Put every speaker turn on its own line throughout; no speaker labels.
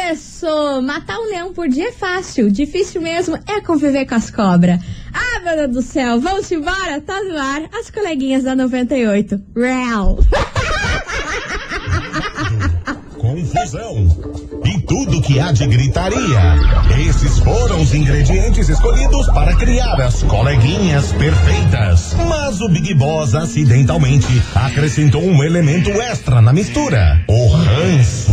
É falou: matar um leão por dia é fácil, difícil mesmo é conviver com as cobras. Ah, meu Deus do céu, vamos embora, tá no ar, as coleguinhas da 98. Real.
confusão e tudo que há de gritaria. Esses foram os ingredientes escolhidos para criar as coleguinhas perfeitas. Mas o Big Boss acidentalmente acrescentou um elemento extra na mistura: o ranço.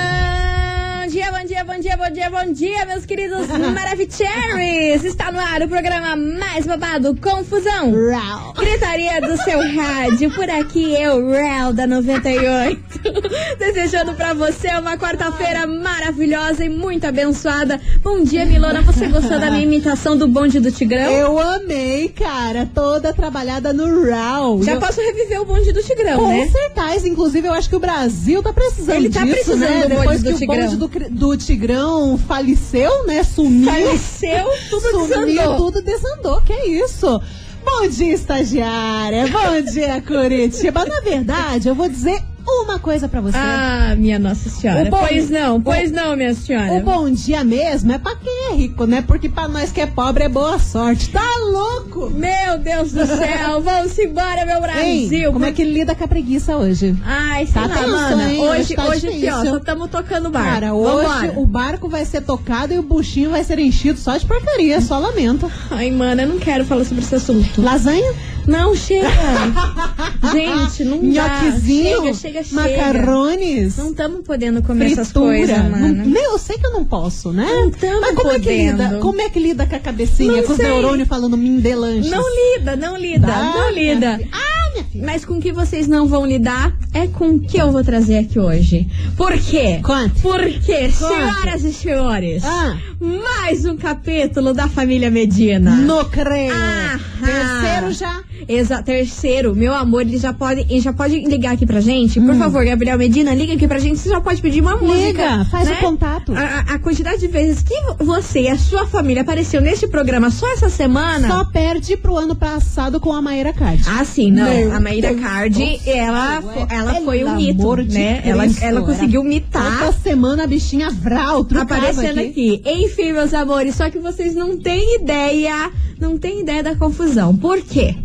Bom dia, bom dia, bom dia, bom dia, bom dia, meus queridos Maravicheries! Está no ar o programa mais babado, Confusão.
Rau.
Gritaria do seu rádio, por aqui eu, Real da 98. Desejando pra você uma quarta-feira maravilhosa e muito abençoada. Bom dia, Milona. Você gostou da minha imitação do bonde do Tigrão?
Eu amei, cara. Toda trabalhada no Rau.
Já
Eu-
posso reviver o bonde do Tigrão,
Com
né?
certeza, inclusive eu acho que o Brasil tá precisando
Ele
disso,
tá precisando
né?
do bonde
Depois
do
que
Tigrão.
o bonde do, cri- do Tigrão faleceu, né? Sumiu.
Faleceu, tudo
Sumiu,
desandou.
tudo desandou, que é isso? Bom dia, estagiária. Bom dia, Curitiba. Na verdade, eu vou dizer uma coisa pra você.
Ah, minha Nossa Senhora.
O bom-
pois não, pois não, minha senhora.
O bom dia mesmo é pra quem é rico, né? Porque pra nós que é pobre é boa sorte. Tá louco?
Meu Deus do céu, vamos embora, meu
Ei,
Brasil.
como é que lida com a preguiça hoje?
Ai, sei
Tá
lá,
tenso,
mana.
hein?
Hoje, hoje,
Hoje tá
pior,
difícil.
só estamos tocando o bar.
Cara, hoje
Vambora.
o barco vai ser tocado e o buchinho vai ser enchido só de porcaria, só lamento.
Ai, mana, eu não quero falar sobre esse assunto.
Lasanha,
Não, chega. Gente, não
nhoquezinho,
dá. Chega, chega, chega.
macarrones,
Não estamos podendo comer essas coisas,
fritura. Não-
mana.
nem eu sei que eu não posso, né?
Não tamo
Mas como é que
podendo.
lida? Como é que lida com a cabecinha,
Não
com os
sei.
neurônios falando mindelanches?
Não lida, não lida,
Dá,
não
minha
lida.
fi- Ah, minha filha.
Mas com o que vocês não vão lidar é com o que eu vou trazer aqui hoje. Por quê?
Conte.
Porque, senhoras e senhores,
Ah.
mais um capítulo da família Medina.
No creio.
Ah.
Terceiro já.
Exa terceiro, meu amor, ele já pode, ele já pode ligar aqui pra gente.
Hum.
Por favor, Gabriel Medina, liga aqui pra gente. Você já pode pedir uma música.
faz
né?
o contato.
A, a- a quantidade de vezes que vo- você e a sua família apareceu neste programa só essa semana.
Só perde pro ano passado com a Maíra Card.
Ah, sim, não.
Meu
a Maíra
Deus.
Cardi, ela, fo- ela
Pelo
foi um
é amor
mito,
de
né? Ela,
Cristo,
ela
era-
conseguiu
Essa
mitar.
semana a bichinha
Tá
vral, trucava
Aparecendo aqui. Enfim, meus amores, só que vocês não têm ideia, não têm ideia da confusão. Por quê?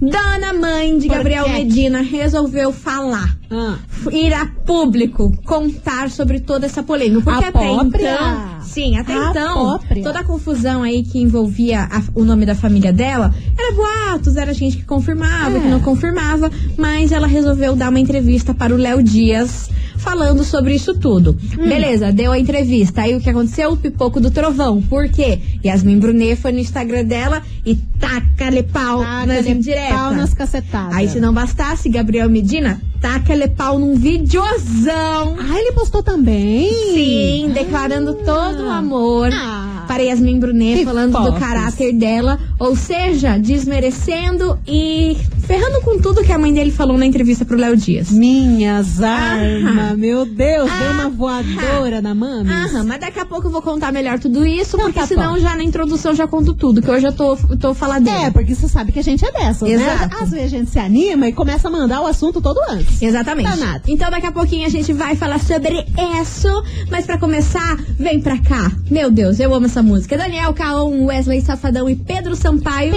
Dona mãe de
Por
Gabriel
quê?
Medina resolveu falar,
Ah.
f- ir a público contar sobre toda essa polêmica. Porque
A
até
própria?
então. Sim, até
A
então,
própria?
toda a confusão aí que envolvia a- o nome da família dela era boatos, era gente que confirmava,
É.
que não confirmava, mas ela resolveu dar uma entrevista para o Léo Dias falando sobre isso tudo.
Hum.
Beleza, deu a entrevista. Aí o que aconteceu? O pipoco do trovão. Por quê? Yasmin Brunet foi no Instagram dela e taca-lhe pau nas
Taca-lhe
indiretas.
pau nas cacetadas.
Aí se não bastasse, Gabriel Medina, taca-lhe pau num videozão.
Ah, ele postou também?
Sim, declarando todo o amor
Ah.
para Yasmin Brunet,
Que
falando do
fofos.
caráter dela, ou seja, desmerecendo e ferrando com tudo que a mãe dele falou na entrevista pro Léo Dias.
Minhas armas,
Ah.
meu Deus, deu uma voadora na mami.
Aham, mas daqui a pouco eu vou contar melhor tudo isso,
Então
porque
tá
senão
bom.
já na introdução eu já conto tudo, que hoje eu tô, tô faladeira.
É, porque você sabe que a gente é dessas,
Exato.
né? Às vezes a gente se anima e começa a mandar o assunto todo antes.
Exatamente.
Danado.
Então daqui a pouquinho a gente vai falar sobre isso, mas pra começar, vem pra cá. Meu Deus, eu amo essa música. Daniel Caon, Wesley Safadão e Pedro Sampaio.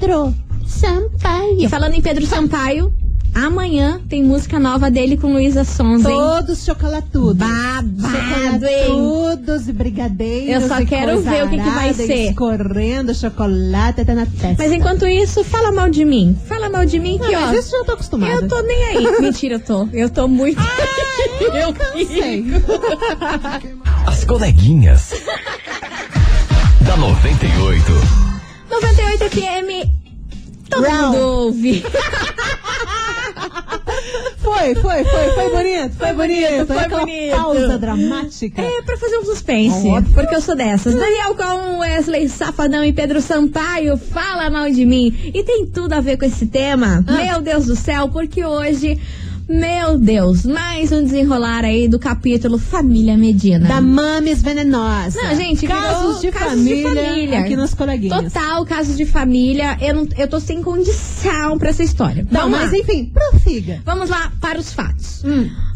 Pedro
E
Sampaio.
falando em Pedro Sampaio, amanhã tem música nova dele com Luísa Sonza, hein?
Todos chocolatudos.
Babado, hein?
Chocolatudos e brigadeiros.
Eu só
e
quero
coisa
ver o que que vai
arada, e
ser.
Escorrendo chocolate até na testa.
Mas enquanto isso, fala mal de mim. Fala mal de mim que,
Não,
ó,
mas isso eu já tô acostumada.
eu tô nem aí. Mentira, eu tô. Eu tô muito... eu
Sei.
As coleguinhas. da 98.
98 FM, todo
Round.
mundo ouve.
Foi, foi, foi, foi bonito, foi, bonito.
foi
Foi aquela
bonito.
pausa dramática.
É, pra fazer um suspense.
Óbvio.
Porque eu sou dessas. né? Daniel com Wesley Safadão e Pedro Sampaio, Ah. fala mal de mim. E tem tudo a ver com esse tema. Meu Deus do céu, porque hoje. Meu Deus, mais um desenrolar aí do capítulo Família Medina.
Da mames venenosa.
Não, gente, virou
casos, de,
casos
família
de família.
aqui nas coleguinhas.
Total, casos de família. Eu, não, eu tô sem condição pra essa história.
Não,
Vamos
mas
lá.
enfim, prossiga. Hum,
Vamos lá para os fatos.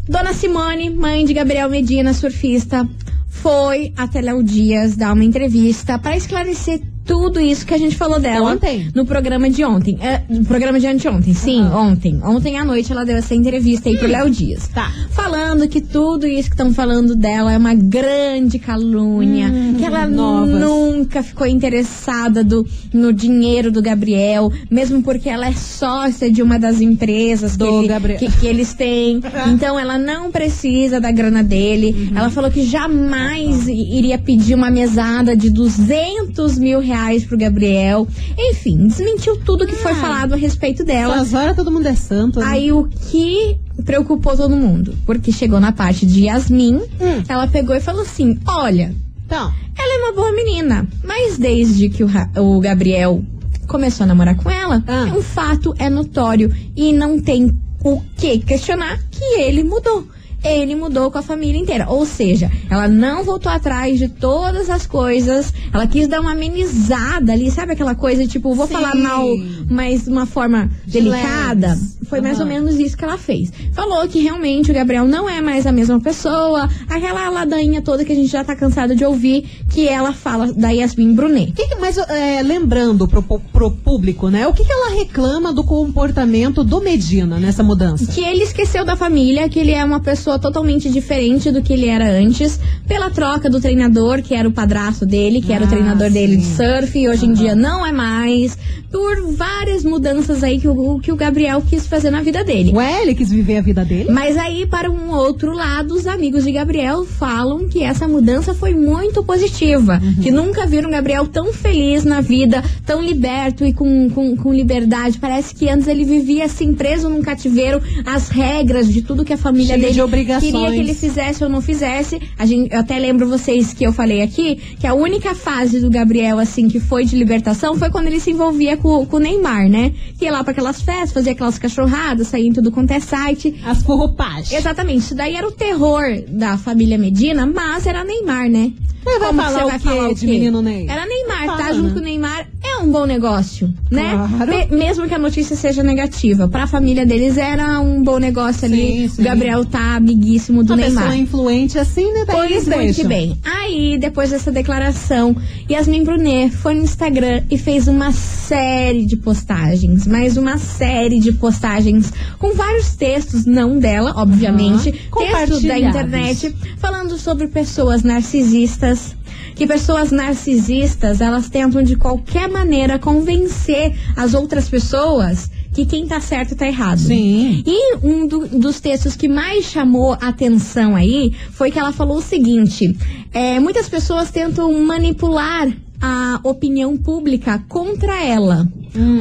Dona Simone, mãe de Gabriel Medina, surfista, foi até Léo Dias dar uma entrevista para esclarecer tudo isso que a gente falou dela.
Ontem.
No programa de ontem. É, no programa de anteontem, sim, ontem. Ontem à noite ela deu essa entrevista aí pro Léo Dias.
Tá.
Falando que tudo isso que estão falando dela é uma grande calúnia. que ela
Hum. novas.
nunca ficou interessada do, no dinheiro do Gabriel, mesmo porque ela é sócia de uma das empresas
Do
que, ele-
Gabriel.
que- que eles têm. Então ela não precisa da grana dele. Ela falou que jamais i- iria pedir uma mesada de 200 mil reais pro Gabriel. Enfim, desmentiu tudo que foi falado a respeito dela.
Elas horas todo mundo é santo. né?
Aí o que preocupou todo mundo? Porque chegou na parte de Yasmin, ela pegou e falou assim: Olha,
Então,
ela é uma boa menina, mas desde que o, Ra- o Gabriel começou a namorar com ela,
Ah.
um fato é notório e não tem o que questionar que ele mudou. Ele mudou com a família inteira. Ou seja, ela não voltou atrás de todas as coisas. Ela quis dar uma amenizada ali, sabe aquela coisa tipo, vou
Sim.
falar mal, mas de uma forma delicada?
leves.
Foi mais ou
Aham.
menos isso que ela fez. Falou que realmente o Gabriel não é mais a mesma pessoa, aquela ladainha toda que a gente já tá cansado de ouvir, que ela fala da Yasmin Brunet.
o que que- mas é, lembrando pro, pu- pro público, né? O que, que ela reclama do comportamento do Medina nessa mudança?
Que ele esqueceu da família, que ele é uma pessoa totalmente diferente do que ele era antes, pela troca do treinador, que era o padrasto dele, que era o
Ah,
treinador dele de
sim.
surf, e hoje em dia não é mais, por várias mudanças aí que o, que o Gabriel quis fazer na vida dele.
Ué, ele quis viver a vida dele?
Mas aí, para um outro lado, os amigos de Gabriel falam que essa mudança foi muito positiva.
Uhum.
Que nunca viram um Gabriel tão feliz na vida, tão liberto e com, com, com liberdade. Parece que antes ele vivia assim, preso num cativeiro, as regras de tudo que a família
Cheio de
dele
obrigações.
queria que ele fizesse ou não fizesse. A gente, eu até lembro vocês que eu falei aqui que a única fase do Gabriel, assim, que foi de libertação foi quando ele se envolvia com, com o Neymar, né? Que ia lá para aquelas festas, fazia aquelas cachorradas, saía em tudo quanto é site.
As corrupagens.
Exatamente, isso daí era o terror da família Medina, mas era Neymar, né?
Mas vai
Como que
falar
você
o
vai
quê
falar o
de
quê?
menino Ney?
Era Neymar,
Fala,
tá junto
né?
com o Neymar é um bom negócio, né?
Claro.
Me- mesmo que a notícia seja negativa, Pra família deles era um bom negócio ali.
Sim, sim.
O Gabriel tá amiguíssimo do
Uma
Neymar.
pessoa influente assim, né? Daí
Pois
eles
muito que
deixam.
bem. Aí, depois dessa declaração, Yasmin Brunet foi no Instagram e fez uma série de postagens, mais uma série de postagens com vários textos, não dela, obviamente, textos da
Compartilhados.
internet falando sobre pessoas narcisistas. Que pessoas narcisistas, elas tentam de qualquer maneira convencer as outras pessoas que quem tá certo tá errado.
Sim.
E um do- dos textos que mais chamou a atenção aí foi que ela falou o seguinte: é, muitas pessoas tentam manipular a opinião pública contra ela.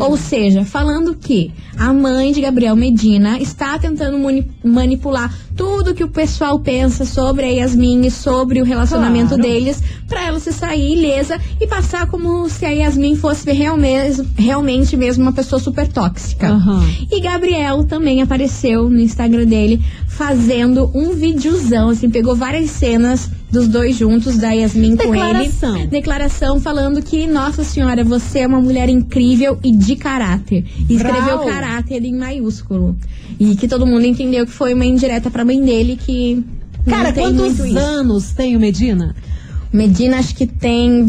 Ou seja, falando que a mãe de Gabriel Medina está tentando mani- manipular tudo que o pessoal pensa sobre a Yasmin e sobre o relacionamento
Claro.
deles pra ela se sair ilesa e passar como se a Yasmin fosse realme- realmente mesmo uma pessoa super tóxica.
Aham.
Então, E Gabriel também apareceu no Instagram dele fazendo um videozão, assim, pegou várias cenas dos dois juntos, da Yasmin
Declaração.
com ele. Declaração falando que, nossa senhora, você é uma mulher incrível e de caráter. E escreveu
Brau.
caráter em maiúsculo. E que todo mundo entendeu que foi uma indireta pra mãe dele que. não
Cara,
tem
quantos
muito isso.
anos tem o Medina?
Medina acho que tem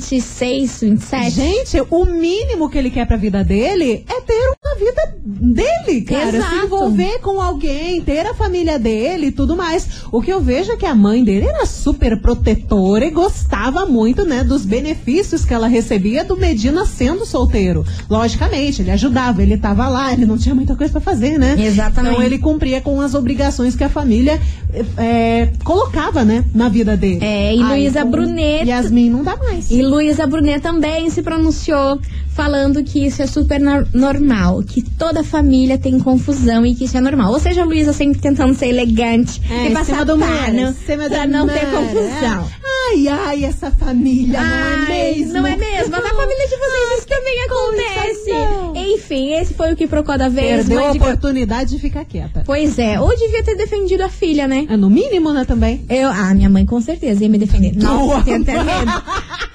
26, 27.
Gente, o mínimo que ele quer pra vida dele é ter uma vida dele, cara.
Exato.
Se envolver com alguém, ter a família dele e tudo mais. O que eu vejo é que a mãe dele era super protetora e gostava muito, né, dos benefícios que ela recebia do Medina sendo solteiro. Logicamente, ele ajudava, ele tava lá, ele não tinha muita coisa pra fazer, né?
Exatamente.
Então ele cumpria com as obrigações que a família eh, eh, colocava, né, na vida dele.
É, e
Aí,
Luísa
com
Brunet-
Yasmin não dá mais.
E Luísa Brunet também se pronunciou falando que isso é super nor- normal, que toda família tem confusão e que isso é normal. Ou seja, a Luísa sempre tentando ser elegante
É,
e
em
passar
cima do
pano
muro, em cima
né? pra
do
não ter
muro,
confusão.
é. Ai, ai, essa família não é
Ai,
mesmo?
não é mesmo? Mas na família de vocês isso também acontece.
não.
Enfim, esse foi o que procura da vez.
Perdeu
mãe
a
de-
oportunidade de ficar quieta.
Pois é, ou devia ter defendido a filha, né?
É no mínimo, né, também?
Eu, ah, minha mãe com certeza ia me defender.
Tua
Nossa, tem até medo.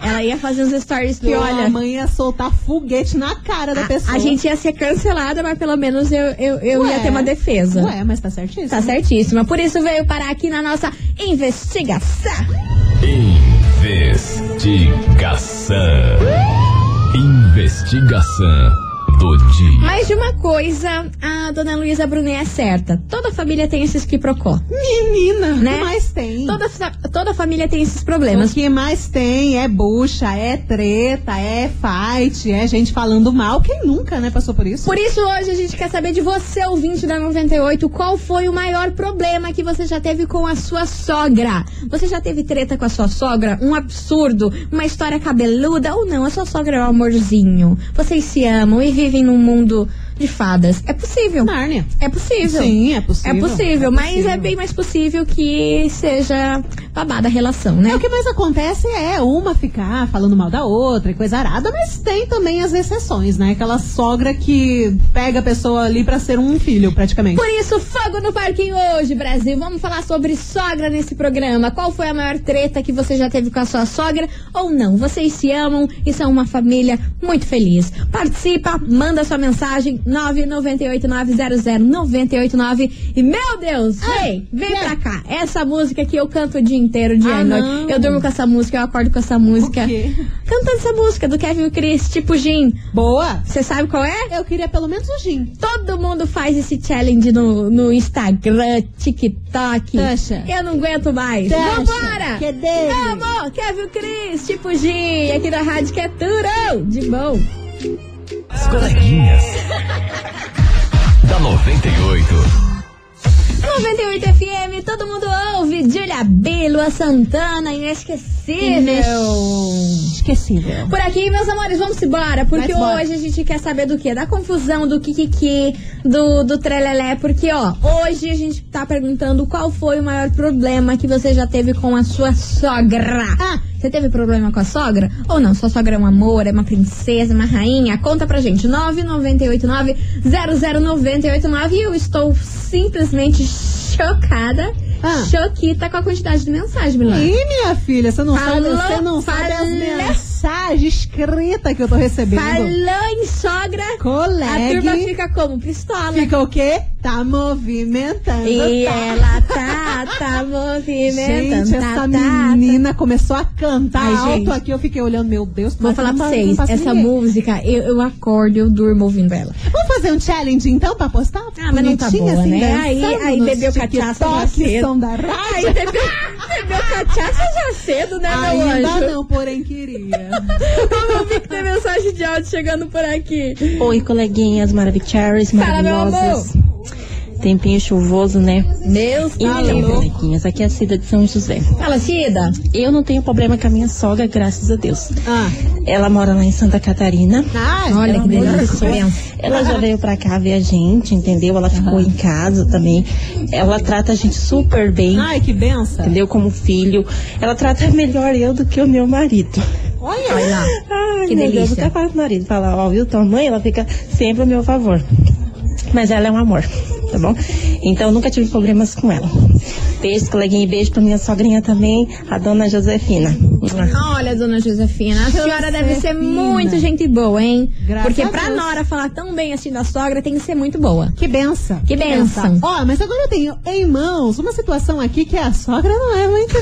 Ela ia fazer uns stories que,
Que olha, a
olha,
mãe ia soltar foguete na cara da pessoa.
a, a gente ia ser cancelada, mas pelo menos eu, eu, eu ia
Ué.
ter uma defesa.
Ué, mas tá certíssimo.
Tá certíssima. Por isso veio parar aqui na nossa investigação.
Investigação. Investigação do dia.
Mais de uma coisa, a dona Luísa Brunet é certa. Toda família tem esses quiprocó.
Menina, o
Né?
que mais tem?
Toda, fa- toda família tem esses
O
problemas.
que mais tem é bucha, é treta, é fight, é gente falando mal. Quem nunca, né, passou por isso?
Por isso, hoje a gente quer saber de você, ouvinte da 98, qual foi o maior problema que você já teve com a sua sogra? Você já teve treta com a sua sogra? Um absurdo? Uma história cabeluda? Ou não? A sua sogra é um amorzinho. Vocês se amam e vivem num mundo de fadas. É possível.
Nárnia.
É possível.
Ah. Sim, é possível.
É possível, mas é
possível.
bem mais possível que seja babada a relação,
É,
né?
o que mais acontece é uma ficar falando mal da outra e coisa arada, mas tem também as exceções, né? Aquela sogra que pega a pessoa ali pra ser um filho, praticamente.
Por isso, fogo no parquinho hoje, Brasil. Vamos falar sobre sogra nesse programa. Qual foi a maior treta que você já teve com a sua sogra ou não? Vocês se amam e são uma família muito feliz. Participa, manda sua mensagem 998900989 e meu Deus,
Ah,
vem, vem pra cá. Essa música que eu canto o dia inteiro, dia
Ah,
e noite.
não.
Eu durmo com essa música, eu acordo com essa música.
quê?
Cantando essa música do Kevin Chris, tipo Jim.
Boa!
Você sabe qual é?
Eu queria pelo menos o gin.
Todo mundo faz esse challenge no, no Instagram, TikTok.
Taxa.
Eu não aguento mais.
Taxa.
Vambora!
Que dele.
Vamos! Kevin Cris, tipo G, aqui na Rádio que é tudo de bom.
As coleguinhas. da 98.
98 FM, todo mundo ouve. Julia B, Lua Santana, inesquecível.
é Esquecível.
Por aqui, meus amores, vamos embora, porque
Vai embora.
hoje a gente quer saber do quê? Da confusão, do kikiki, do, do trelelé, porque, ó, hoje a gente tá perguntando qual foi o maior problema que você já teve com a sua sogra.
Ah.
Você teve problema com a sogra? Ou não? Sua sogra é um amor, é uma princesa, uma rainha? Conta pra gente, 998900989 e eu estou simplesmente chocada,
Ah.
choquita com a quantidade de mensagem, Milana.
Ih, minha filha, você não sabe,
Falou,
você não sabe as
falou.
mensagens escritas que eu tô recebendo.
Falou em sogra, a
Colega.
turma fica como? Pistola.
Fica o quê? Tá movimentando.
E
tá.
ela tá, tá movimentando.
Gente,
tá,
essa
tá,
menina começou a cantar
Ai,
alto
gente.
aqui. Eu fiquei olhando, meu Deus.
Vou
mas
falar
não
pra
pa- não
vocês,
passa
essa
ninguém.
música, eu, eu acordo, eu durmo ouvindo ela.
Vamos fazer um challenge então pra postar?
Ah, mas não tá
Bonitinha,
boa,
assim,
né? Aí,
dançando
aí
nos
bebeu cachaça já
TikToks,
cedo.
som da ra-
Ai, bebeu, bebeu cachaça já cedo, né, meu
Ainda
anjo?
não, porém queria.
Vamos ver que tem mensagem de áudio chegando por aqui.
Oi, coleguinhas maravilhosas,
Fala, meu
maravilhosas. Tempinho chuvoso, né?
Deus,
Então,
alô.
coleguinhas, aqui é a Cida de São José.
Fala, Cida.
Eu não tenho problema com a minha sogra, graças a Deus.
ah,
Ela mora lá em Santa Catarina.
ai,
Olha que
Ela é uma
delícia.
pessoa-
pensa.
Ela já veio pra cá ver a gente, entendeu? Ela ficou em casa também. Ela trata a gente super bem,
ai, que benção.
entendeu? Como filho. Ela trata melhor eu do que o meu marido.
Olha,
Olha lá.
Ai,
Que
meu Deus,
delícia.
eu até falo pro marido, fala, ó, viu, tua mãe, ela fica sempre ao meu favor. Mas ela é um amor, tá bom? Então eu nunca tive problemas com ela. Beijo, coleguinha, e beijo pra minha sogrinha também, a dona Josefina.
Olha, dona Josefina, a senhora deve ser muito gente boa, hein?
Graças
Porque
a
pra
Deus.
Nora falar tão bem assim da sogra, tem que ser muito boa.
que benção.
Que benção.
Ó, mas agora eu tenho em mãos uma situação aqui que a sogra não é muito.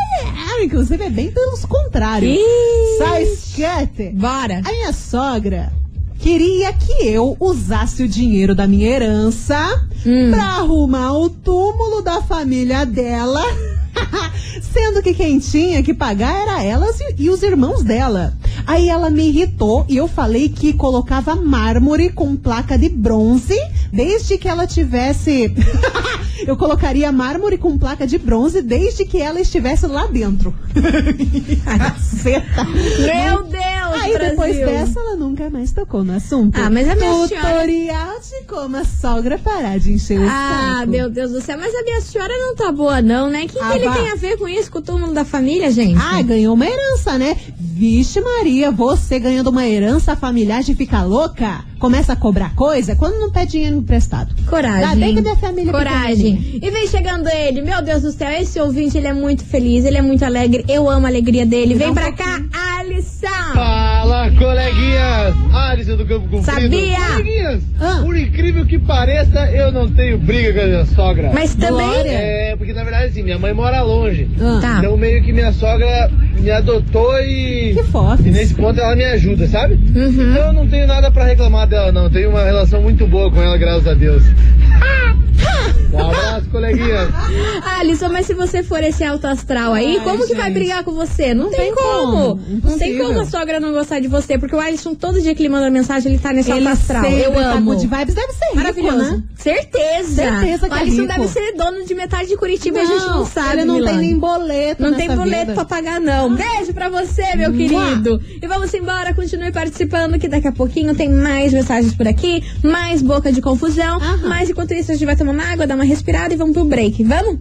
Inclusive, é bem pelos contrários.
Ih,
Só esquete.
Bora.
A minha sogra queria que eu usasse o dinheiro da minha herança
Hum.
pra arrumar o túmulo da família dela. Sendo que quem tinha que pagar era elas e, e os irmãos dela. Aí ela me irritou e eu falei que colocava mármore com placa de bronze, desde que ela tivesse. eu colocaria mármore com placa de bronze desde que ela estivesse lá dentro. Caceta!
Meu Deus,
Aí depois
Brasil.
dessa, ela nunca mais tocou no assunto.
Ah, mas a minha
Tutorial de como a sogra parar de encher o
Ah,
saco.
meu Deus do céu, mas a minha senhora não tá boa, não, né? O que, que
Ah,
ele
vá.
tem a ver com isso, com todo mundo da família, gente?
Ah, ganhou uma herança, né? Vixe Maria, você ganhando uma herança familiar de ficar louca? Começa a cobrar coisa quando não pede dinheiro emprestado.
Coragem.
Ainda bem que minha família é
Coragem. E vem chegando ele. Meu Deus do céu, esse ouvinte, ele é muito feliz, ele é muito alegre. Eu amo a alegria dele.
é um
Vem pra cá,
Ah,
Alisson.
Fala, coleguinhas! Alisson do Campo Comprido.
Sabia?
Coleguinhas,
Ah.
por incrível que pareça, eu não tenho briga com a minha sogra.
Mas também.
Glória.
É, porque na verdade, assim, minha mãe mora longe.
Ah,
Tá.
Então meio que minha sogra me adotou e...
Que foto.
E nesse ponto ela me ajuda, sabe?
Uhum.
Então eu não tenho nada pra reclamar dela, não. Tenho uma relação muito boa com ela, graças a Deus.
Ah!
Um abraço, coleguinhas.
Alisson, mas se você for esse alto astral aí,
Ai,
como que vai
gente.
brigar com você? Não, tem
tem
como.
como.
Não tem
Impossível.
como a sogra não gostar de você, porque o Alisson, todo dia que ele manda mensagem, ele tá nesse
Ele
alto astral.
sempre
Eu
tá
amo.
good vibes, deve ser rico,
Maravilhoso.
né?
Certeza.
Certeza que
o
é
Alisson
rico.
deve ser dono de metade de Curitiba, a gente não sabe.
Ele não
Milani.
tem nem boleto
Não
nessa
tem boleto
vida.
pra
Ah.
pagar, não. Beijo pra você, meu querido. E vamos embora, continue participando, que daqui a pouquinho tem mais mensagens por aqui, mais boca de confusão.
Aham.
Mas enquanto isso, a gente vai tomar uma água, dar uma respirada e vamos pro break. Vamos?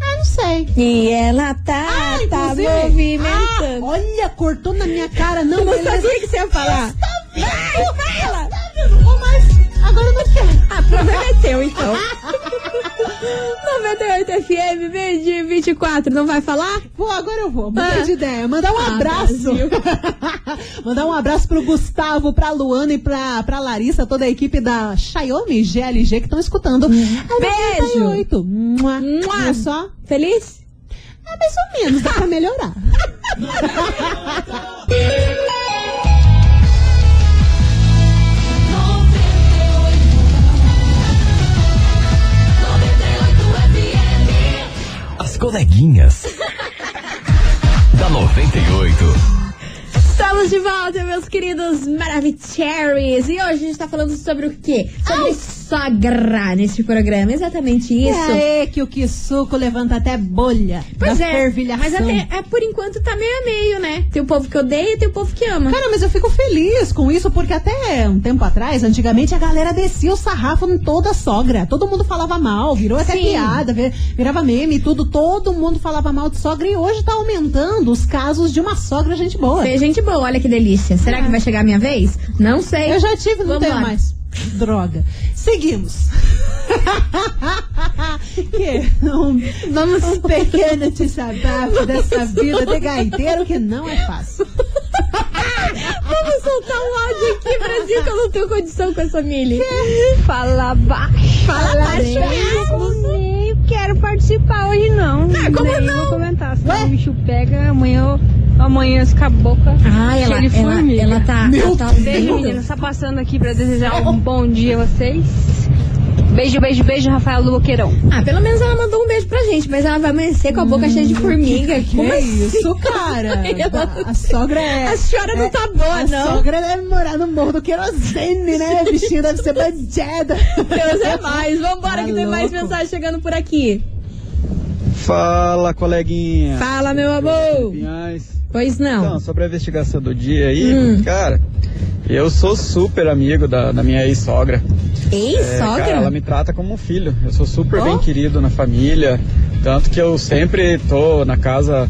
Ah, não sei.
E ela tá,
Ah,
tá
inclusive- Ah,
movimentando.
olha, cortou na minha cara. Não, é
eu não
beleza.
sabia que você ia falar.
Vai, fala. Não, mas agora eu não quero.
Ah, o problema é teu, então. 98 FM, meio dia e 24, não vai falar?
Vou, agora eu vou.
Ah.
Mudei de ideia. Mandar um
Ah,
abraço.
Brasil.
Mandar um abraço pro Gustavo, pra Luana e pra, pra Larissa, toda a equipe da Xiaomi GLG que estão escutando.
Hum.
É
Beijo. Mua.
Mua. Viu só?
Feliz?
É mais ou menos, dá pra melhorar.
As coleguinhas. da 98.
Estamos de volta, meus queridos Maravicheries! E hoje a gente tá falando sobre o quê? Sobre sogra neste programa, exatamente isso.
É que o que suco levanta até bolha.
Pois
da
é,
fervilhação.
mas até, é, por enquanto tá meio a meio, né? Tem o povo que odeia e tem o povo que ama.
Cara, mas eu fico feliz com isso, porque até um tempo atrás, antigamente, a galera descia o sarrafo em toda a sogra. Todo mundo falava mal, virou até
Sim.
piada, vi- virava meme e tudo. Todo mundo falava mal de sogra e hoje tá aumentando os casos de uma sogra gente boa.
Tem gente boa, olha que delícia. Será que vai chegar a minha vez? Não sei.
Eu já tive, não
Vambora.
tenho mais. Droga. Seguimos. que um,
Vamos.
um pequeno desabafo dessa vida de gaiteiro que não é fácil.
Vamos soltar um áudio aqui, Brasil, que eu não tenho condição com essa Mili.
Fala baixo.
Fala baixo é mesmo.
Nem quero participar hoje
É,
não.
Ah, como
Nem
não?
Vou comentar, senão
Ué?
o bicho pega, amanhã eu, amanhã eu fica a boca.
Ai, Ah, ela,
Cheiro de
ela,
formiga.
ela tá. ela tá
Beijo, meninas. Só passando aqui pra desejar um bom dia a vocês. Beijo, beijo, beijo, Rafael do Boqueirão.
Ah, pelo menos ela mandou um beijo pra gente, mas ela vai amanhecer com a boca cheia de formiga.
Que
Como
é
assim?
isso, cara?
Ela-
A, a sogra é.
Tá. A senhora não tá boa,
a
não.
sogra deve morar no morro do querosene, né? A bichinha deve ser bandida.
Deus é mais. Vambora
Tá
que tem mais
louco.
mensagem chegando por aqui.
Fala, coleguinha.
Fala, meu amor. Pois não.
Então, sobre a investigação do dia aí,
Ah. Hum.
cara, eu sou super amigo da, da minha ex-sogra.
Ei,
É, cara, ela
sogra?
me trata como um filho. Eu sou super
Ó.
bem querido na família. Tanto que eu sempre tô na casa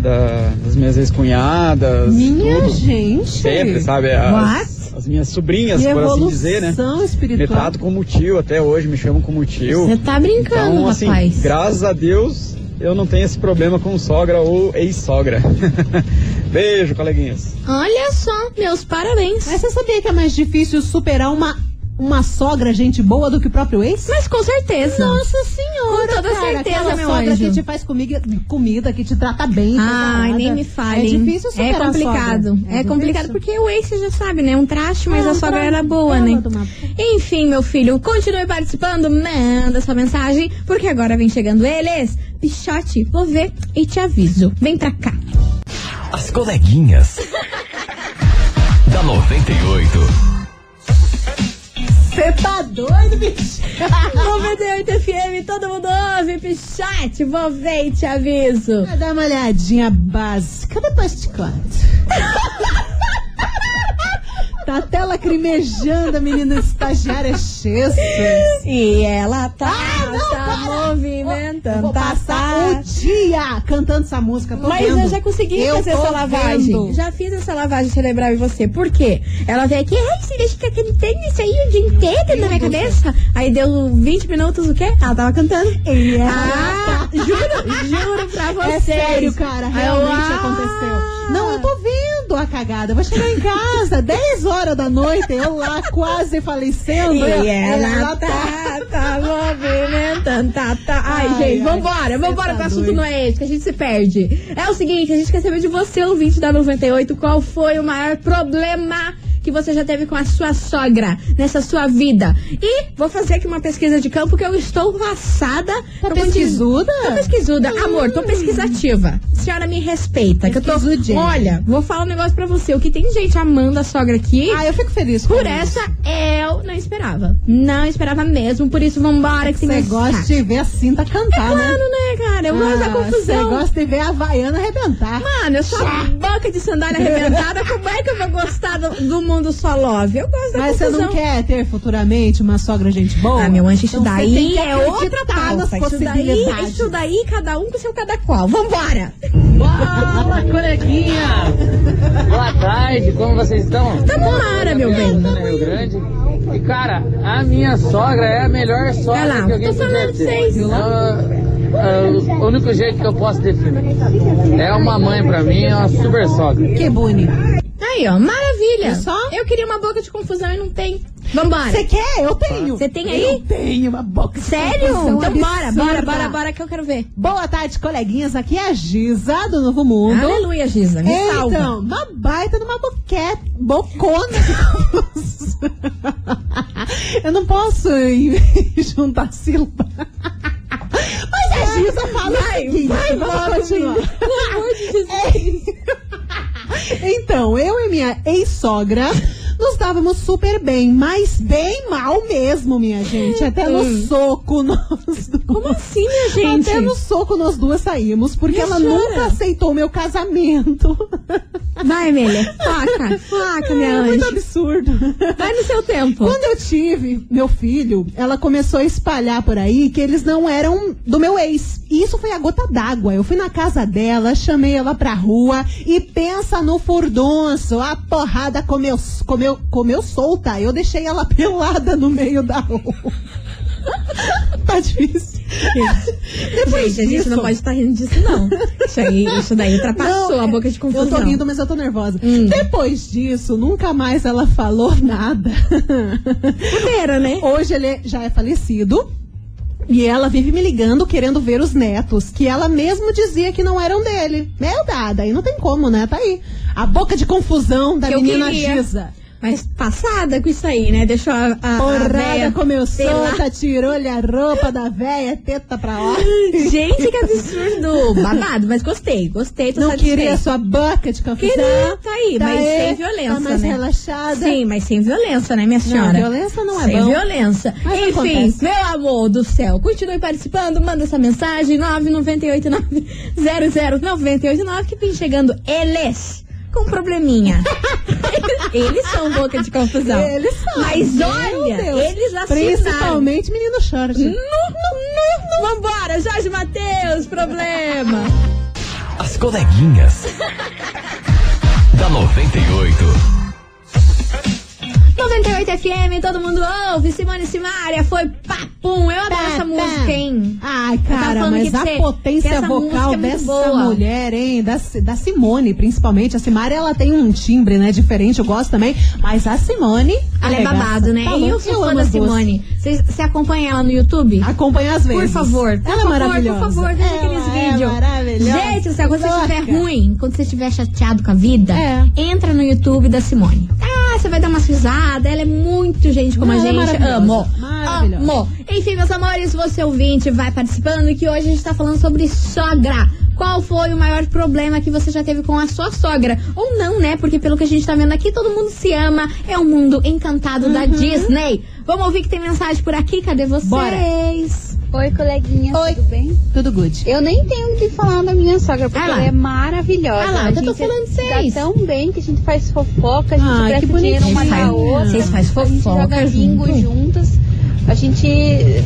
da- das minhas ex-cunhadas.
Minha
tudo.
gente.
Sempre, sabe? As, as minhas sobrinhas,
Que
por assim
evolução
dizer, né? Me
espiritual.
trato como tio até hoje, me chamam como tio.
Você tá brincando,
Então, assim,
rapaz.
graças a Deus, eu não tenho esse problema com sogra ou ex-sogra. Beijo, coleguinhas.
Olha só, meus parabéns.
Mas você sabia que é mais difícil superar uma, uma sogra gente boa do que o próprio ex?
Mas com certeza.
Nossa senhora,
Com toda
cara,
certeza,
aquela
meu
sogra
anjo.
que é te faz comiga, comida, que te trata bem.
Ai,
preparada.
nem me fale.
É
hein?
difícil
É
superar a sogra.
complicado. É,
difícil.
complicado porque o ex você já sabe, né? Um traste, mas
É,
a
um
sogra
traste.
era boa,
É,
né?
manda uma-
Enfim, meu filho, continue participando, manda sua mensagem, porque agora vem chegando eles. Pichote, vou ver e te aviso. Vem pra cá.
As coleguinhas. da 98.
Você tá doido, bicho?
98 FM, todo mundo ouve, Pichote, vou ver e te aviso.
Vai dar uma olhadinha básica, depois te conto. Tá até lacrimejando a menina estagiária é Chester.
E ela tá,
Ah, não,
tá
para!
movimentando,
Vou
tá,
passar
tá.
o dia cantando essa música. tô
Mas
vendo.
eu já consegui
Eu
fazer
tô
essa lavagem.
vendo.
Já fiz essa lavagem cerebral em você. Por quê? Ela veio aqui, ai, você deixa ficar cantando isso aí o dia inteiro na minha cabeça. Aí deu 20 minutos, o quê? Ela tava cantando. Ah, juro, juro pra você.
tá. É sério, cara, Ah! realmente aconteceu. Não, eu tô vendo a cagada. Eu vou chegar em casa, 10 horas da noite, eu lá quase falecendo.
E
eu-
ela, tá, tá movimentando, tá, tá. Ai,
Ai,
gente,
ai,
vambora,
cê
vambora,
tá
que o assunto
doido.
não é esse, que a gente se perde. É o seguinte, a gente quer saber de você, ouvinte da 98, qual foi o maior problema que você já teve com a sua sogra nessa sua vida. E vou fazer aqui uma pesquisa de campo que eu estou passada.
Tá
Eu vou te-
pesquisuda? Hum.
Tô pesquisuda. Amor, tô pesquisativa. Senhora me respeita, que eu tô...
Pesquisudinha.
Olha, vou falar um negócio pra você. O que tem gente amando a sogra aqui...
Ah, eu fico feliz.
Por essa, eu não esperava. Não esperava mesmo, por isso vambora que tem
Você
mais
gosta
saco.
de ver a cinta cantar,
Claro,
né?
né, cara? Eu gosto da confusão.
Você gosta de ver a Havaiana arrebentar.
Mano, eu sou a banca de sandália arrebentada. Como é que eu vou gostar do, do mundo só love? Eu gosto da
Mas você
confusão.
não quer ter futuramente uma sogra gente boa?
Ah, meu anjo, isso
Então você tem
daí
que
é outra
acreditar nas
pauta. Isso daí,
possibilidades.
isso daí, cada um com seu cada qual. Vambora!
Fala, coleguinha! Boa tarde, como vocês estão?
Tamo mara, meu bem.
Ana Rio Grande. E cara, a minha sogra é a melhor sogra
Vai lá,
que alguém
tô falando
podia
pra
ter.
vocês.
Ela- ah, o único jeito que eu posso definir. É uma mãe pra mim, é uma super sogra.
Que bonito.
Tá Aí, ó, maravilha.
É só?
Eu queria uma boca de confusão e não tem. Vambora!
Você quer? Eu tenho.
Você tem aí?
Eu tenho uma box.
Sério?
um
Então bora, bora, bora, bora, que eu quero ver.
Boa tarde, coleguinhas. Aqui é a Giza do Novo Mundo.
Aleluia, Giza. Me
então,
salva.
uma baita numa boquete, bocona. Eu não posso eh, juntar sílaba. Mas é, a Giza fala o seguinte,
vai,
vamos
bora,
continuar. É
menina. Pelo amor de Jesus.
Então, eu e minha ex-sogra nos dávamos super bem, mas bem mal mesmo, minha gente. Até no soco nós
Hum. Como assim, minha gente?
Até no soco nós duas saímos, porque
Me
ela
chora.
nunca aceitou meu casamento.
Vai, Amélia. Faca, faca, minha
É muito
anjo.
absurdo.
Vai no seu tempo.
Quando eu tive meu filho, ela começou a espalhar por aí que eles não eram do meu ex. E isso foi a gota d'água. Eu fui na casa dela, chamei ela pra rua e pensa no furdunço. A porrada comeu, comeu, comeu solta. Eu deixei ela pelada no meio da rua. tá difícil. Depois
Gente, a gente não
disso-
pode estar rindo disso, não. Isso, aí, isso daí ultrapassou
Não, é,
a boca de confusão. Hum.
Eu tô rindo, mas eu tô nervosa. Depois disso, nunca mais ela falou nada.
Primeira, né?
Hoje ele é- já é falecido. E ela vive me ligando querendo ver os netos, que ela mesmo dizia que não eram dele. Meu dada, aí não tem como, né? Tá aí. A boca de confusão da
Que eu
menina
queria.
Giza.
Mas passada com isso aí, né? Deixou a, a, a véia
Porrada comeu
sei lá. Hum,
solta, tirou-lhe a roupa da véia, teta pra lá.
Gente, que absurdo. Babado, mas gostei, gostei. Tô
Não
satisfeita.
queria sua boca de confusão.
Queria, tá aí, mas sem violência,
Tá mais
né?
relaxada.
Sim, mas sem violência, né, minha senhora?
violência não é
sem
bom.
violência.
Mas
Enfim,
acontece.
meu amor do céu, continue participando, manda essa mensagem 998900989 que vem chegando eles com um probleminha. eles são boca de confusão.
Eles são.
Mas
Meu
olha,
Deus.
eles assinaram.
Principalmente menino Jorge.
Hum? Nu, nu, nu, nu. Vambora, Jorge Matheus, problema.
As coleguinhas. da 98.
98 FM, todo mundo ouve. Simone Simaria foi papum. Eu adoro essa
Tá,
música,
tá.
hein?
Ai,
tava
cara,
falando aqui
mas a
pra você, que
potência
essa música
vocal
é muito
dessa
boa.
mulher, hein? Da, Si- da Simone, principalmente. A Simara, ela tem um timbre, né? Diferente, eu gosto também. Mas a Simone.
Ela é
arregaça.
babado, né?
Tá
e eu
louco,
sou fã
amo
da
as duas.
Simone. Você acompanha ela no YouTube?
Acompanha às
Por
vezes.
favor, por
ela
favor,
é maravilhosa.
por favor, veja aqueles
Ela é
vídeos.
maravilhosa. é
Gente, do céu, quando você estiver
Louca.
ruim, quando você estiver chateado com a vida,
É.
entra no YouTube da Simone. Ah, você vai dar umas risadas. Ela é muito gente como
Não,
a
ela é
gente.
maravilhosa,
Amo.
maravilhosa.
Amo. Enfim, meus amores, você ouvinte, vai participando que hoje a gente tá falando sobre sogra. Qual foi o maior problema que você já teve com a sua sogra? Ou não, né? Porque pelo que a gente tá vendo aqui, todo mundo se ama. É um
Uhum.
mundo encantado da Disney. Vamos ouvir que tem mensagem por aqui. Cadê vocês?
Bora.
Oi, coleguinha,
Oi.
tudo bem?
Tudo good.
Eu nem tenho o que falar da minha sogra, porque
Ah lá.
ela é maravilhosa.
Ah lá,
A
eu tô
gente é
falando vocês.
Dá tão bem que a gente faz fofoca, a gente
Ai, que
presta
bonitinho.
dinheiro uma
Vocês
na
faz-
outra.
vocês faz
a gente
fofoca
joga bingo
junto.
juntas. A gente,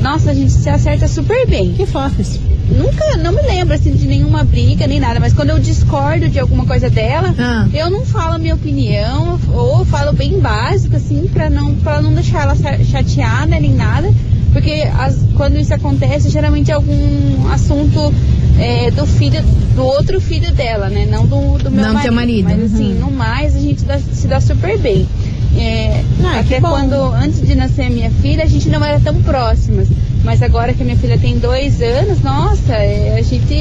nossa, a gente se acerta super bem.
Que fofos.
Nunca, não me lembro assim de nenhuma briga nem nada, mas quando eu discordo de alguma coisa dela,
Ah.
eu não falo a minha opinião, ou falo bem básico, assim, pra não, pra não deixar ela cha- chateada nem nada. Porque as- quando isso acontece, geralmente é algum assunto é, do filho, do outro filho dela, né? Não do, do meu
Não do
marido.
teu marido.
Mas assim, no mais, a gente dá- se dá super bem. É,
Ah, que
até
bom.
quando antes de nascer a minha filha, a gente não era tão próximas. Mas agora que a minha filha tem dois anos, nossa, é, a gente.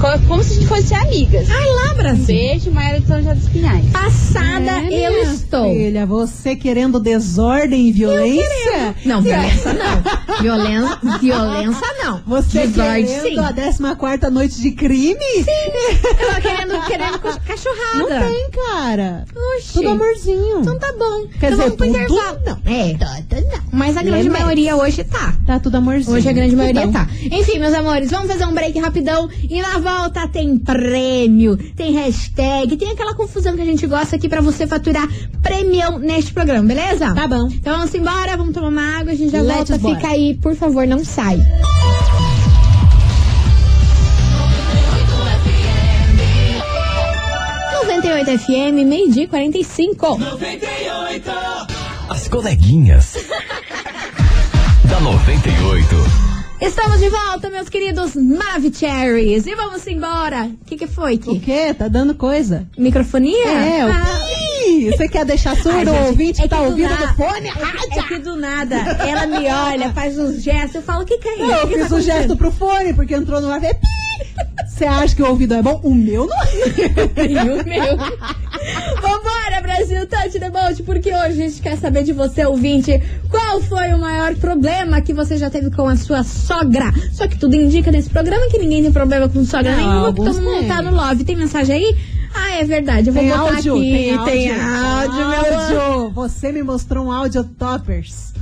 co- Como se a gente fosse amigas.
Ai, lá,
Um
Brasil.
beijo, Maíra de São José dos Pinhais.
Passada
É,
eu
minha
estou.
Filha, você querendo desordem e violência?
Não, violência não. Violen- violência não.
Você
Desordem, sim.
querendo a 14 quarta noite de crime?
Eu tô querendo, querendo co- cachorrada.
Não tem, cara.
Oxi.
Tudo amorzinho.
Então tá bom. então
Quer dizer,
vamos pro
tudo
intervalo.
não.
É. Mas a grande
Lembra-
maioria hoje tá.
Tá tudo amorzinho.
Hoje a grande
Que
maioria
bom.
tá. Enfim, meus amores, vamos fazer um break rapidão. E na volta tem prêmio, tem hashtag, tem aquela confusão que a gente gosta aqui pra você faturar prêmio neste programa, beleza?
Tá bom.
Então vamos embora, vamos tomar uma água, a gente já
Let's
volta.
bora.
Fica aí, por favor, não sai. «98 FM, meio-dia e 45.
As coleguinhas. da 98.
Estamos de volta, meus queridos Mavcherrys. E vamos embora. O que, que foi,
O
Ki?
quê? Tá dando coisa?
Microfonia?
É, o
Ah.
Ih, Você quer deixar surdo
Ai,
o
gente, é
ouvinte que tá
do
ouvindo
na-
do fone?
É, que do nada ela me olha, faz uns gestos, eu falo, o que, que é isso?
Não, eu
O que
fiz
tá
um
acontecendo?"
gesto pro fone, porque entrou no ar e pi. Você acha que o ouvido é bom? O meu não é.
Meu, meu. Vambora, Brasil Touch the Boat, porque hoje a gente quer saber de você, ouvinte, qual foi o maior problema que você já teve com a sua sogra? Só que tudo indica nesse programa que ninguém tem problema com sogra
Não,
nenhuma, que
alguns
todo mundo
têm.
tá no love. Tem mensagem aí? Ah, é verdade, eu vou
Tem
botar
áudio,
aqui.
tem áudio,
áudio, meu amor.
áudio. Você me mostrou um áudio toppers.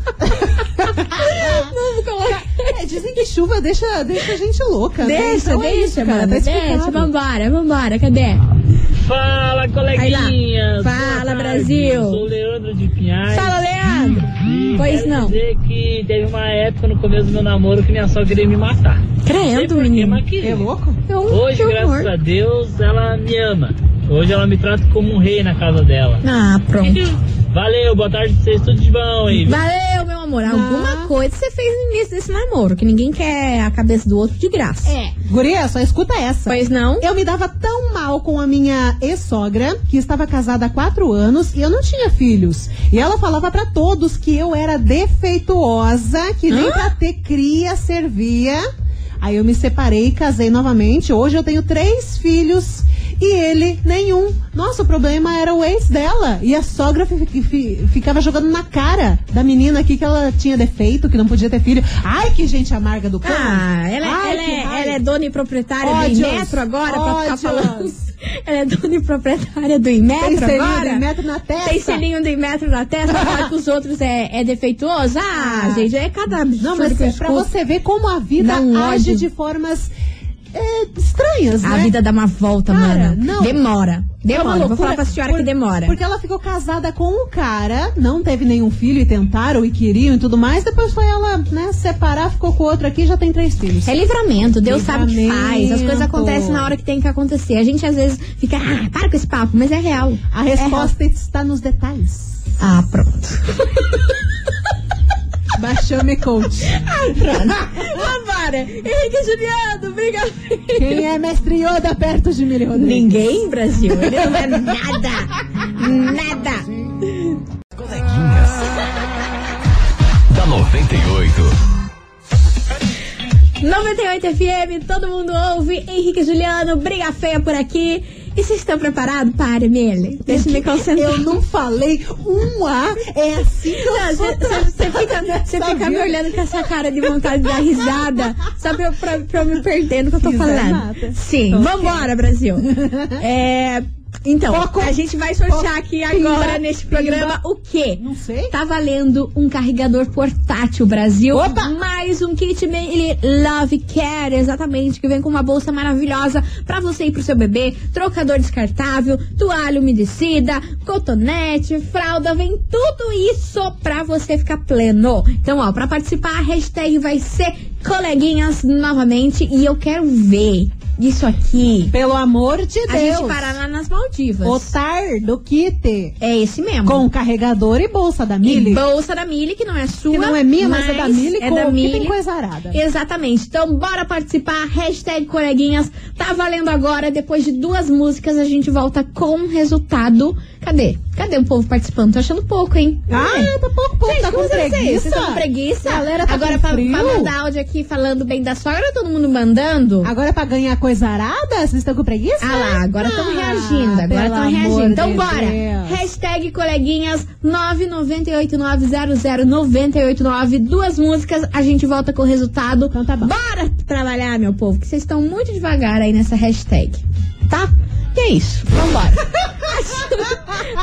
Vamos colocar.
É, dizem que chuva deixa, deixa a gente louca. né?
Deixa,
Então é
deixa,
isso,
mano.
cara. Tá
deixa,
explicado.
vambora, vambora, cadê?
Fala,
Aí lá.
coleguinhas!
Fala,
Boa tarde.
Brasil.
Sou o Leandro de Pinhais. Hum.
Fala, Leandro! Pois
Quero
não.
dizer que teve uma época no começo do meu namoro que minha sogra queria me matar. Não sei
Credo,
porquê,
menino.
mas queria.
É louco?
Então,
Hoje,
que
graças
horror.
a Deus, ela me ama. Hoje ela me trata como um rei na casa dela.
Ah, pronto.
Valeu, boa tarde pra vocês, tudo de bom aí.
Valeu, meu amor.
Tá.
Alguma coisa você fez no início desse namoro, que ninguém quer a cabeça do outro de graça. É.
Guria, só escuta essa.
Pois não?
Eu me dava tão mal com a minha ex-sogra, que estava casada há quatro anos e eu não tinha filhos. E ela falava pra todos que eu era defeituosa, que nem pra ter cria servia. Aí eu me separei, casei novamente. Hoje eu tenho três filhos e ele nenhum. Nossa, o problema era o ex dela. E a sogra fi- fi- fi- ficava jogando na cara da menina aqui que ela tinha defeito, que não podia ter filho. Ai, que gente amarga do cão.
Ah, ela, é-
Ai,
ela
que
é,
raiva.
ela é dona e proprietária do
Ódios.
Inmetro agora, pra ficar
Ódios.
falando. Ela é dona e proprietária do
Tem
Inmetro
selinho
agora?
de metro na testa.
Tem selinho do Inmetro na testa, falar que os outros é, é defeituoso? Ah,
Ah.
gente, é cada
Não,
absurdo
mas
que eu
é pra
escuto.
você ver como a vida
Dá um
age
ódio.
de formas é, estranhas,
A
né?
vida dá uma volta,
Cara,
mano.
não.
Demora.
É uma
Demora. Vou
loucura,
falar pra senhora
por-
que demora.
Porque ela ficou casada com um cara, não teve nenhum filho e tentaram e queriam e tudo mais. Depois foi ela, né, separar, ficou com outro aqui e já tem três filhos.
É livramento, Deus sabe o que faz. As
Livramento.
coisas acontecem na hora que tem que acontecer. A gente às vezes fica, ah, para com esse papo, mas é real.
A resposta está nos detalhes.
Ah, pronto.
Baixame coach.
Vambora! Henrique Juliano, obrigado.
Quem é mestre Yoda perto de Miri Rodrigues?
Ninguém, Brasil. Ele não é nada. Nada.
Coleguinhas. da 98.
98 FM, todo mundo ouve. Henrique Juliano, briga feia por aqui. E vocês estão preparados? Pare, Mele. Deixa eu me concentrar.
Eu não falei um A, é assim que eu
Não,
sou.
Você fica, cê fica
Sabia?
me olhando com essa cara de vontade de dar risada, só pra, eu- pra, pra eu me perder no que eu tô
Fiz
falando.
nada.
Sim, vambora, Brasil. É, então,
Foco.
a gente vai sortear aqui agora
Pimba,
neste programa o quê?
Não sei.
Tá valendo um carregador portátil Brasil.
Opa!
Mais mais um kit Made Love Care, exatamente, que vem com uma bolsa maravilhosa pra você e pro seu bebê, trocador descartável, toalha umedecida, cotonete, fralda, vem tudo isso pra você ficar pleno. Então, ó, pra participar, a hashtag vai ser coleguinhas novamente e eu quero ver isso aqui.
Pelo amor de
A
Deus.
gente parar lá nas Maldivas.
O tar do kit.
É esse mesmo.
Com carregador e bolsa da
E
Mili.
bolsa da Mili, que não é sua.
Que não é minha, mas é da Mili,
É
com-
da
que
Mili.
tem coisa arada.
Exatamente. Então, bora participar. Hashtag coleguinhas. Tá valendo agora. Depois de duas músicas, a gente volta com o resultado. Cadê? Cadê o povo participando? Tô achando pouco, hein? É.
Ah, tá pouco, pouco.
Gente,
tá
como
com
vocês?
preguiça.
Vocês estão com preguiça?
Galera, tá
Agora,
com
pra, pra
frio?
mandar áudio aqui falando bem da sogra, todo mundo mandando?
Agora é pra ganhar coisa arada, vocês estão com preguiça?
Ah lá, agora estão reagindo, agora
pelo
estão
amor
reagindo. Então
de
bora!
Deus.
Hashtag coleguinhas 998900989. Duas músicas, a gente volta com o resultado.
Então tá bom.
Bora trabalhar, meu povo, que vocês estão muito devagar aí nessa hashtag, tá? Que é isso, vambora.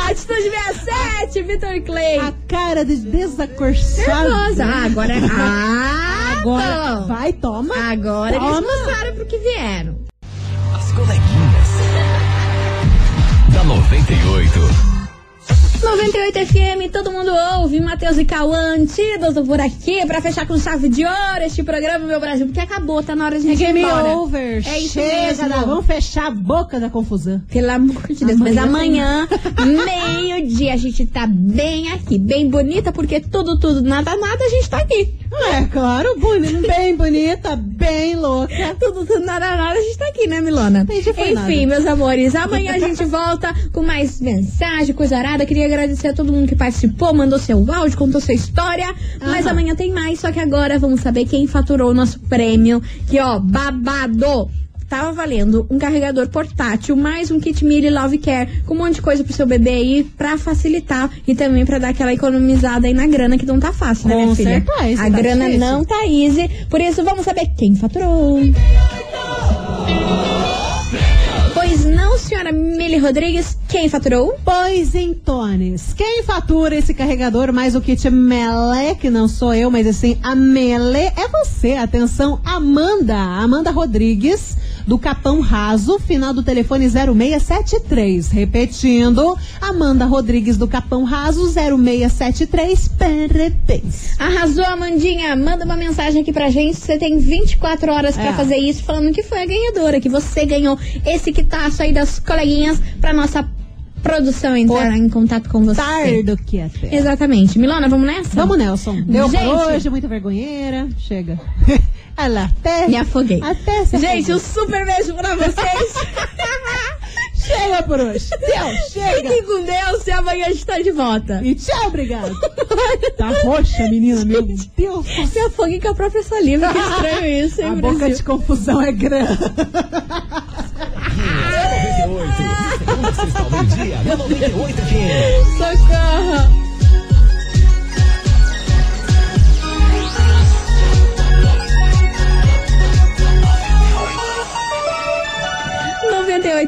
Atitude 67, Vitor Clay.
A cara de desacorçada.
Nervosa. Ah, agora. Ah,
tá. Agora é
bom. Ah,
vai, toma.
Agora eles
Toma.
mostraram pro que vieram.
As coleguinhas. Da 98.
98 FM, todo mundo ouve. Matheus e Cauã, antídoto por aqui pra fechar com chave de ouro este programa, meu Brasil, porque acabou, tá na hora de a gente ir
Game
embora.
over.
É isso
Chega,
mesmo.
vamos fechar a boca da confusão.
Pelo amor de Deus, mas amanhã, meio-dia, a gente tá bem aqui, bem bonita, porque tudo, tudo, nada, nada, a gente tá aqui.
É claro, boni- bem bonita, bem louca.
é Tudo, tudo, nada, nada, a gente tá aqui, né, Milona?
Entendi, foi
Enfim, meus amores, amanhã a gente volta com mais mensagem, coisa arada. Queria agradecer a todo mundo que participou, mandou seu áudio, contou sua história. Mas
Aham.
amanhã tem mais, só que agora vamos saber quem faturou o nosso prêmio. Que, ó, babado! Tava valendo um carregador portátil, mais um kit Mille Love Care, com um monte de coisa pro seu bebê aí, pra facilitar e também pra dar aquela economizada aí na grana, que não tá fácil, né,
Com
minha filha?
certeza,
a
tá
grana
difícil.
não tá easy, por isso vamos saber quem faturou. Pois não, senhora Mili Rodrigues, quem faturou?
Pois entones, quem fatura esse carregador mais o kit Mele, que não sou eu, mas assim, a Mele é você. Atenção, Amanda, Amanda Rodrigues, do Capão Raso, final do telefone 0673. Repetindo, Amanda Rodrigues do Capão Raso, 0673. Parabéns.
Arrasou, Amandinha. Manda uma mensagem aqui pra gente. Você tem 24 horas pra
É.
fazer isso, falando que foi a ganhadora, que você ganhou esse quitaço aí das coleguinhas pra nossa produção entrar em contato com você.
Tardo que até.
Exatamente. Milona, vamos nessa?
Vamos, Nelson. Deu
Gente.
pra hoje, muita vergonheira. Chega. Olha lá, até.
Me afoguei.
Até se
Gente,
afogou.
um super beijo pra vocês.
Chega por hoje. Deus, chega.
Fiquem com Deus e amanhã a gente tá de volta.
E tchau, obrigado. Tá roxa, menina, meu Deus.
Me afoguei com a própria saliva. Que estranho isso, hein,
A
Brasil?
boca de confusão é grande.
98. Vocês estão no dia da 98 FM.
Socorro!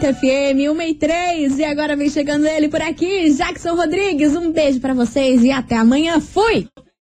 FM, 1 e 3, e agora vem chegando ele por aqui, Jackson Rodrigues. Um beijo pra vocês e até amanhã. Fui!